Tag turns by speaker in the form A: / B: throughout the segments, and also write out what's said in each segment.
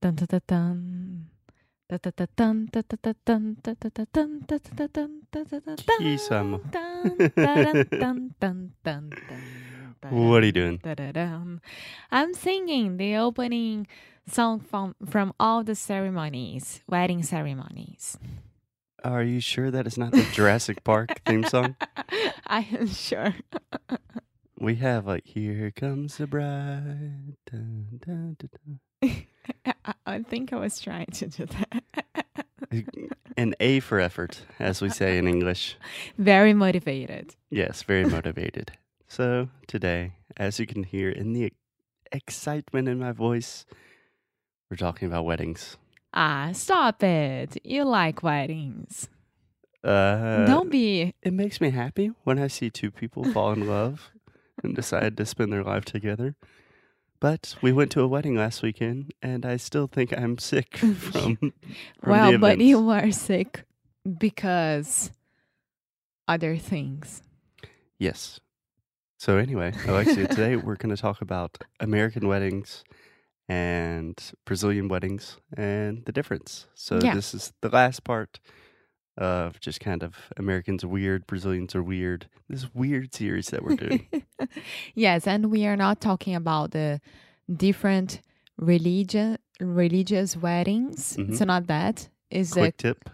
A: Dun dun dun dun. Dun dun dun dun dun dun dun dun dun dun dun dun dun dun dun dun dun.
B: Gee, Sam.
A: Dun dun dun dun dun dun dun.
B: What are you doing?
A: Da-da-dum. I'm singing the opening song from from all the ceremonies, wedding ceremonies.
B: Are you sure that is not the Jurassic Park theme song?
A: I am sure.
B: We have like "Here Comes the Bride." dun, dun, dun, dun.
A: I, I- I think I was trying to do that.
B: An A for effort, as we say in English.
A: Very motivated.
B: Yes, very motivated. so today, as you can hear in the excitement in my voice, we're talking about weddings.
A: Ah, stop it. You like weddings.
B: Uh,
A: Don't be.
B: It makes me happy when I see two people fall in love and decide to spend their life together. But we went to a wedding last weekend, and I still think I'm sick from, from
A: Well,
B: the
A: but
B: events.
A: you were sick because other things.
B: Yes. So anyway, Alexia, today we're going to talk about American weddings and Brazilian weddings and the difference. So
A: Yeah.
B: this is the last part of just kind of Americans are weird, Brazilians are weird. This weird series that we're doing.
A: yes, and we are not talking about the different religion religious weddings.
B: Mhm.
A: So not that. Is
B: Quick tip: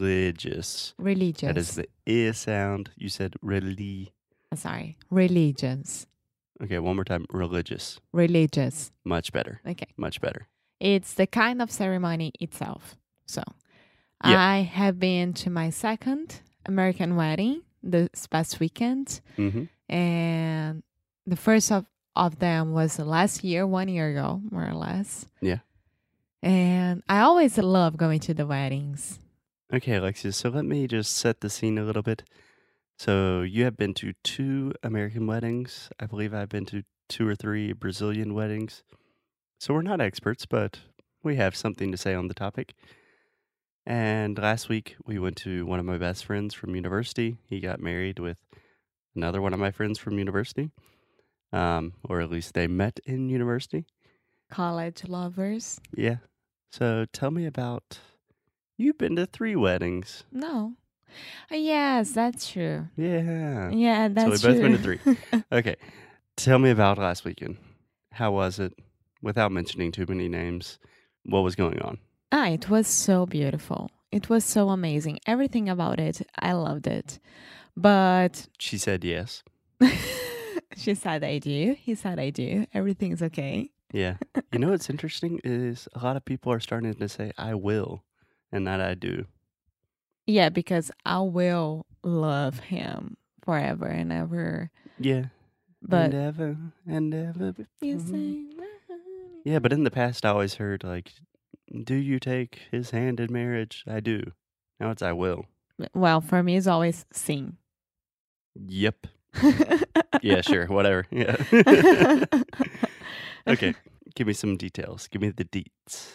B: religious.
A: the religious? Uh,
B: That is the ear sound. You said reli.
A: Sorry, religions,
B: Okay, one more time. Religious.
A: religious.
B: Much better.
A: Okay,
B: Much better.
A: it's the kind of ceremony itself. So,
B: Yeah.
A: I have been to my second American wedding this past weekend,
B: hmm
A: and the first of of them was last year, one year ago, more or less.
B: Yeah.
A: And I always love going to the weddings.
B: Okay, Alexia, so let me just set the scene a little bit. So, you have been to two American weddings. I believe I've been to two or three Brazilian weddings. So, we're not experts, but we have something to say on the topic. And last week, we went to one of my best friends from university. He got married with another one of my friends from university, um, or at least they met in university.
A: College lovers?
B: Yeah. So, tell me about you've been to three weddings.
A: No. Uh, Yes, that's true.
B: Yeah.
A: Yeah, that's
B: both
A: true.
B: went to Okay. Tell me about last weekend. How was it? Without mentioning too many names, what was going on?
A: Ah, it was so beautiful. It was so amazing. Everything about it, I loved it. But
B: She said yes.
A: she said, I do. He said, I do. Everything's okay.
B: Yeah. You know what's interesting is a lot of people are starting to say I will and not I do.
A: Yeah, because I will love him forever and ever.
B: Yeah.
A: But
B: and ever and ever
A: you
B: before.
A: say, "Love
B: Yeah, but in the past I always heard like do you take his hand in marriage? I do. Now it's I will.
A: me." well, for me, it's always sing.
B: Yep. Yeah, sure. Whatever. Yeah. okay. Give me some details. Give me the deets.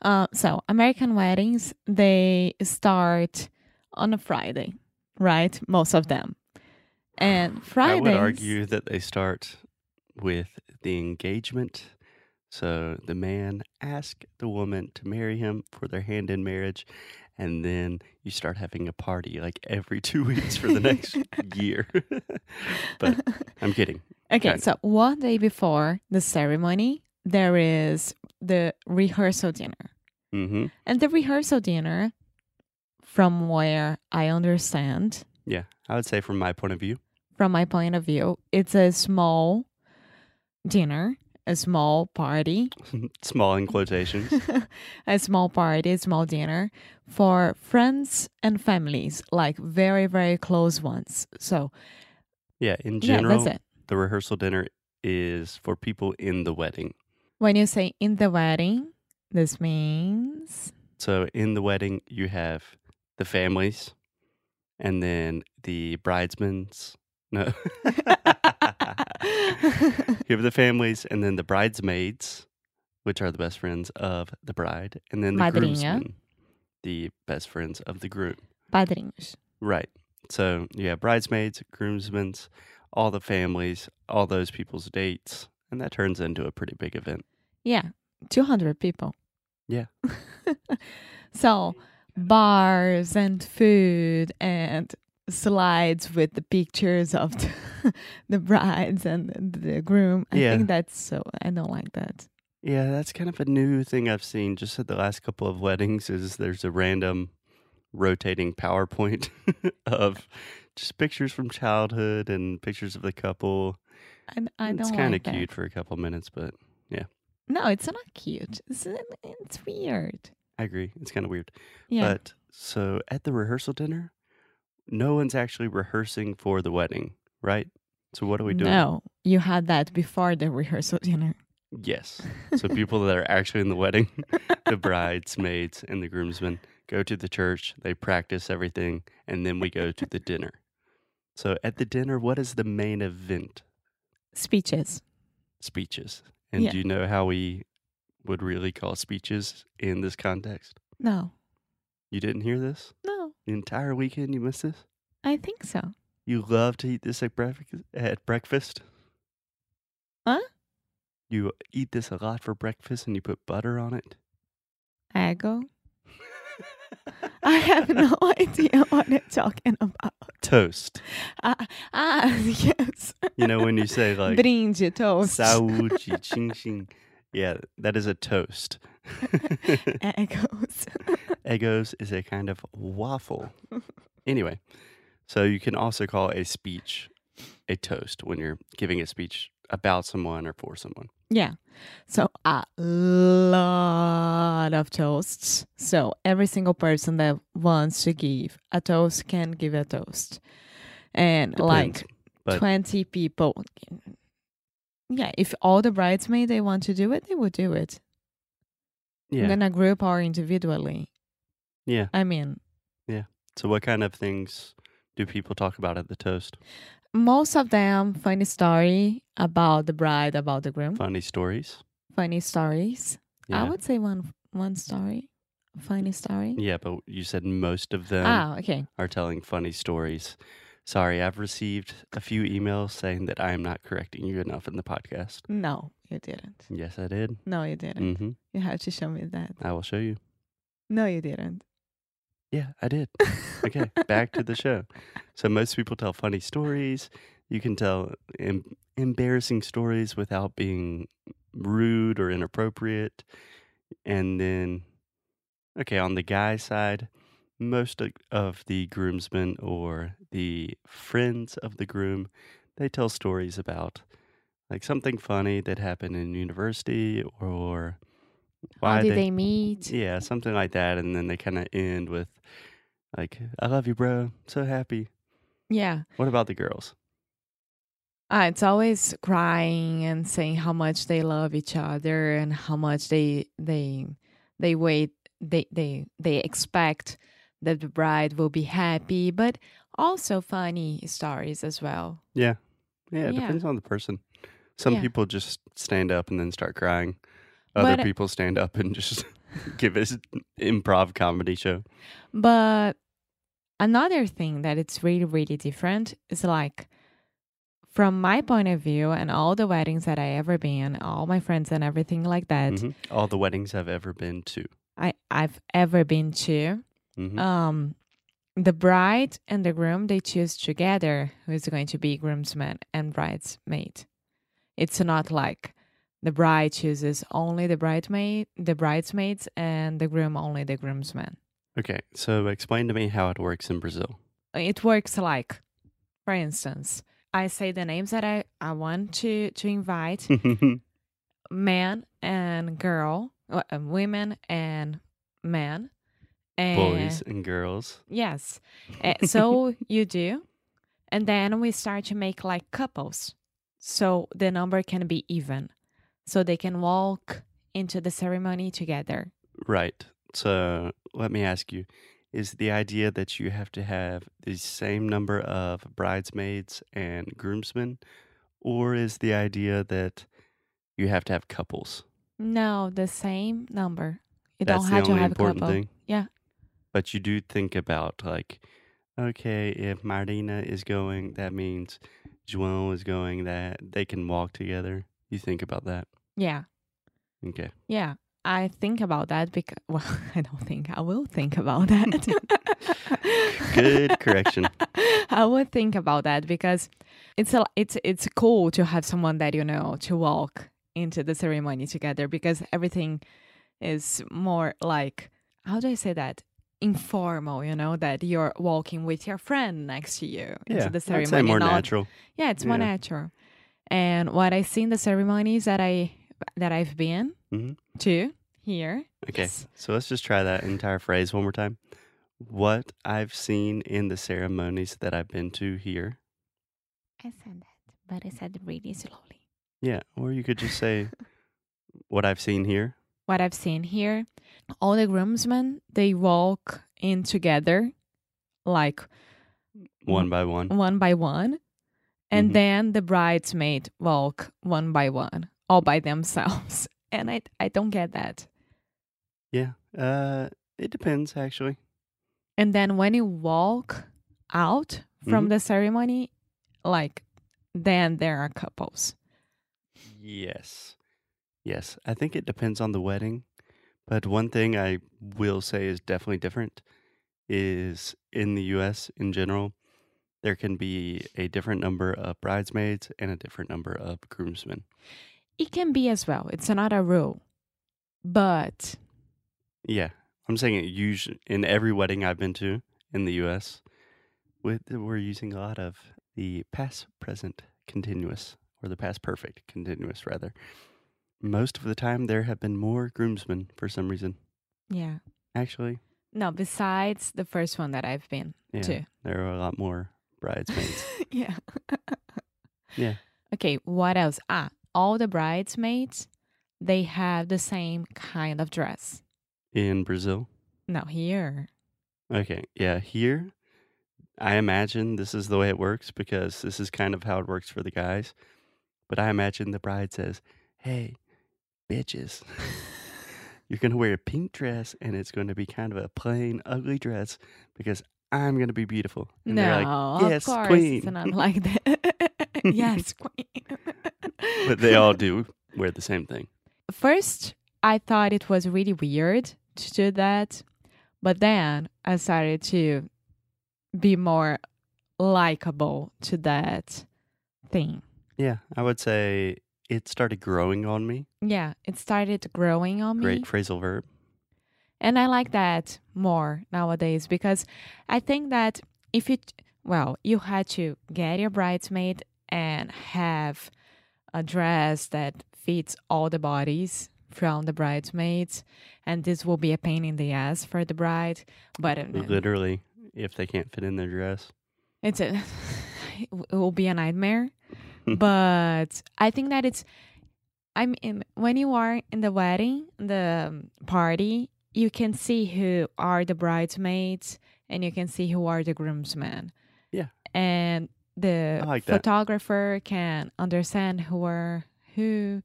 A: Uh, so American weddings they start on a Friday, right? Most of them, and Fridays.
B: I would argue that they start with the engagement. So the man asks the woman to marry him for their hand in marriage, and then you start having a party like every two weeks for the next year. but I'm kidding.
A: okay,
B: okay.
A: so one day before the ceremony, there is the rehearsal dinner,
B: hmm
A: and the rehearsal dinner, from where I understand,
B: Yeah, I would say from my point of view.
A: from my point of view, it's a small dinner, a small party,
B: Small in quotations.
A: a small party, small dinner for friends and families, like very, very close ones. So,
B: Yeah, in general,
A: yeah, that's it.
B: the rehearsal dinner is for people in the wedding.
A: When you say in the wedding, this means
B: So in the wedding, you have the families, and then the bridesmaids. No, you have the families, and then the bridesmaids, which are the best friends of the bride, and then the
A: Madrinha.
B: groomsmen, the best friends of the groom.
A: padrinhos.
B: Right. So you have bridesmaids, groomsmen, all the families, all those people's dates, and that turns into a pretty big event.
A: Yeah, 200 people.
B: Yeah.
A: so bars and food and slides with the pictures of the, the brides and the groom. I
B: Yeah.
A: think that's so. I don't like that.
B: Yeah, that's kind of a new thing I've seen just at the last couple of weddings is there's a random rotating PowerPoint of just pictures from childhood and pictures of the couple.
A: I, I don't.
B: it's
A: kind of
B: cute for a couple minutes, but
A: No, it's not cute. It's, it's weird.
B: I agree. It's kind of weird.
A: Yeah.
B: But so at the rehearsal dinner, no one's actually rehearsing for the wedding, right? So what are we doing?
A: No, you had that before the rehearsal dinner.
B: Yes. So people that are actually in the wedding, the bridesmaids and the groomsmen go to the church, they practice everything, and then we go to the dinner. So at the dinner, what is the main event?
A: Speeches.
B: Speeches. And
A: Yeah.
B: do you know how we would really call speeches in this context?
A: No,
B: You didn't hear this?
A: no,
B: The entire weekend you missed this?
A: I think so.
B: You love to eat this at breakfast at breakfast?
A: Huh?
B: You eat this a lot for breakfast and you put butter on it?
A: Ago. I have no idea what you're talking about.
B: Toast.
A: Ah, ah yes.
B: You know, when you say like
A: Brinde, toast.
B: saúde, ching ching. Yeah, that is a toast.
A: Egos.
B: Egos is a kind of waffle. Anyway, so you can also call a speech a toast when you're giving a speech about someone or for someone.
A: Yeah. So a lot of toasts. So every single person that wants to give a toast can give a toast. And
B: Depends.
A: like
B: but-
A: 20 people. Yeah, if all the bridesmaids they want to do it, they would do it.
B: yeah.
A: In a group or individually.
B: Yeah.
A: I mean,
B: So what kind of things do people talk about at the toast?
A: Mm-hmm. most of them funny story about the bride, about the groom.
B: Funny stories.
A: Funny stories.
B: Yeah.
A: I would say one one story. Funny story.
B: yeah, but you said most of them
A: ah, okay.
B: are telling funny stories. Sorry, I've received a few emails saying that I am not correcting you enough in the podcast.
A: No, you didn't.
B: Yes, I did.
A: No, you didn't.
B: hmm
A: You had to show me that.
B: I will show you.
A: No, you didn't.
B: Yeah, I did. Okay, back to the show. So most people tell funny stories. You can tell em- embarrassing stories without being rude or inappropriate. And then, okay, on the guy side, most of- of the groomsmen or the friends of the groom, they tell stories about like something funny that happened in university or why
A: How did they meet?
B: yeah, something like that. And then they kind of end with, like, I love you, bro. So happy.
A: Yeah.
B: What about the girls?
A: Uh, it's always crying and saying how much they love each other and how much they they they wait they they they expect that the bride will be happy, but also funny stories as well.
B: Yeah, it
A: Yeah.
B: depends on the person. Some
A: Yeah.
B: people just stand up and then start crying. Other
A: But-
B: people stand up and just give us improv comedy show.
A: But another thing that it's really, really different is like from my point of view and all the weddings that I ever been, all my friends and everything like that
B: Mhm. All the weddings I've ever been to.
A: I, I've ever been to,
B: Mhm.
A: um the bride and the groom they choose together who's going to be groomsman and bridesmaid. It's not like the bride chooses only the bridesmaid the bridesmaids and the groom only the groomsman.
B: okay, so explain to me how it works in Brazil.
A: it works like for instance i say the names that i, I want to to invite man and girl uh, uh, women and men and
B: Boys and girls.
A: yes Uh, so you do and then we start to make like couples so the number can be even so they can walk into the ceremony together
B: Right. So let me ask you is the idea that you have to have the same number of bridesmaids and groomsmen, or is the idea that you have to have couples?
A: no the same number you
B: That's
A: don't
B: the
A: have to
B: only
A: have a
B: important
A: couple
B: thing.
A: yeah
B: But you do think about, like, okay, if Marina is going, that means João is going, that they can walk together. You think about that.
A: yeah
B: Okay.
A: Yeah. I think about that because well, I don't think I will think about that.
B: Good correction.
A: I would think about that because it's a it's it's cool to have someone that you know to walk into the ceremony together because everything is more like how do I say that informal, you know, that you're walking with your friend next to you into
B: Yeah,
A: the
B: I'd
A: ceremony.
B: say more
A: not-
B: natural.
A: yeah, it's more
B: Yeah.
A: natural. And what I see in the ceremonies that I that I've been
B: Mhm.
A: to here.
B: Okay,
A: is-
B: so let's just try that entire phrase one more time. What I've seen in the ceremonies that I've been to here.
A: I said that, but I said really slowly.
B: Yeah, or you could just say what I've seen here.
A: What I've seen here, all the groomsmen they walk in together, like
B: One by one.
A: one by one, and
B: Mhm.
A: then the bridesmaid walk one by one, all by themselves. And I I don't get that.
B: Yeah. Uh it depends actually.
A: And then when you walk out
B: Mm-hmm.
A: from the ceremony, like then there are couples.
B: Yes. Yes. I think it depends on the wedding. But one thing I will say is definitely different is in the US in general, there can be a different number of bridesmaids and a different number of groomsmen.
A: It can be as well. It's not a rule. But
B: Yeah. I'm saying it usually in every wedding I've been to in the US with we're using a lot of the past present continuous or the past perfect continuous rather. Most of the time there have been more groomsmen for some reason.
A: yeah.
B: Actually,
A: No, besides the first one that I've been
B: yeah.
A: to.
B: There are a lot more bridesmaids.
A: yeah.
B: Yeah.
A: Okay, what else? Ah, all the bridesmaids, they have the same kind of dress.
B: in Brazil.
A: Now here.
B: Okay. Yeah. Here, I imagine this is the way it works because this is kind of how it works for the guys. But I imagine the bride says, Hey, bitches, you're going to wear a pink dress and it's going to be kind of a plain, ugly dress because I'm going to be beautiful. And
A: no,
B: they're like, "Yes,
A: of course it's
B: queen."
A: not like that. yes, queen.
B: But they all do wear the same thing.
A: first I thought it was really weird to do that, but then I started to be more likable to that thing.
B: Yeah. I would say it started growing on me.
A: Yeah, it started growing on me.
B: Great phrasal verb.
A: And I like that more nowadays because I think that if you, well, you had to get your bridesmaid and have a dress that fits all the bodies from the bridesmaids. And this will be a pain in the ass for the bride. But uh,
B: Literally, if they can't fit in their dress.
A: it's a, it will be a nightmare. but I think that it's, I mean, when you are in the wedding, the um, party, you can see who are the bridesmaids and you can see who are the groomsmen.
B: Yeah.
A: And the
B: I like that.
A: photographer can understand who are who,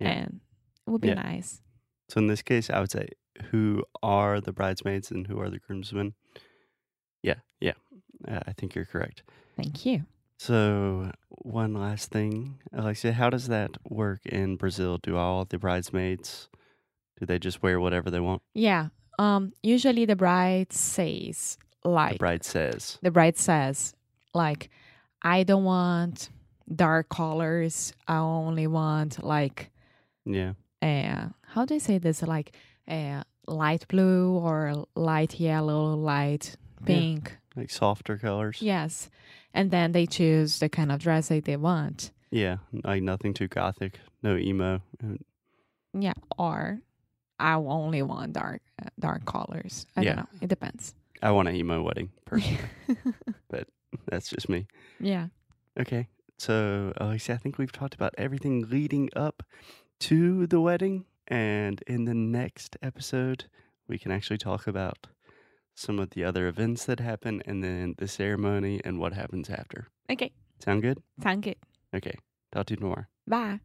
B: Yeah.
A: and it would be
B: Yeah.
A: nice.
B: So in this case, I would say who are the bridesmaids and who are the groomsmen? Yeah, yeah, uh, I think you're correct.
A: Thank you.
B: So one last thing, Alexia, how does that work in Brazil? Do all the bridesmaids do they just wear whatever they want?
A: Yeah. Um. Usually the bride says
B: The
A: like
B: bride says.
A: the bride says like i don't want dark colors i only want like
B: Yeah,
A: uh how do i say this like uh light blue or light yellow light pink
B: like softer colors.
A: yes and then they choose the kind of dress that they want
B: yeah, like nothing too gothic, no emo. uh,
A: yeah or i only want dark uh, dark colors i
B: Yeah.
A: don't know it depends
B: I want an emo wedding personally. That's just me.
A: yeah
B: Okay. So, Alexia, I think we've talked about everything leading up to the wedding. And in the next episode, we can actually talk about some of the other events that happen and then the ceremony and what happens after.
A: okay
B: Sound good?
A: thank you
B: Okay. Talk to you tomorrow.
A: bye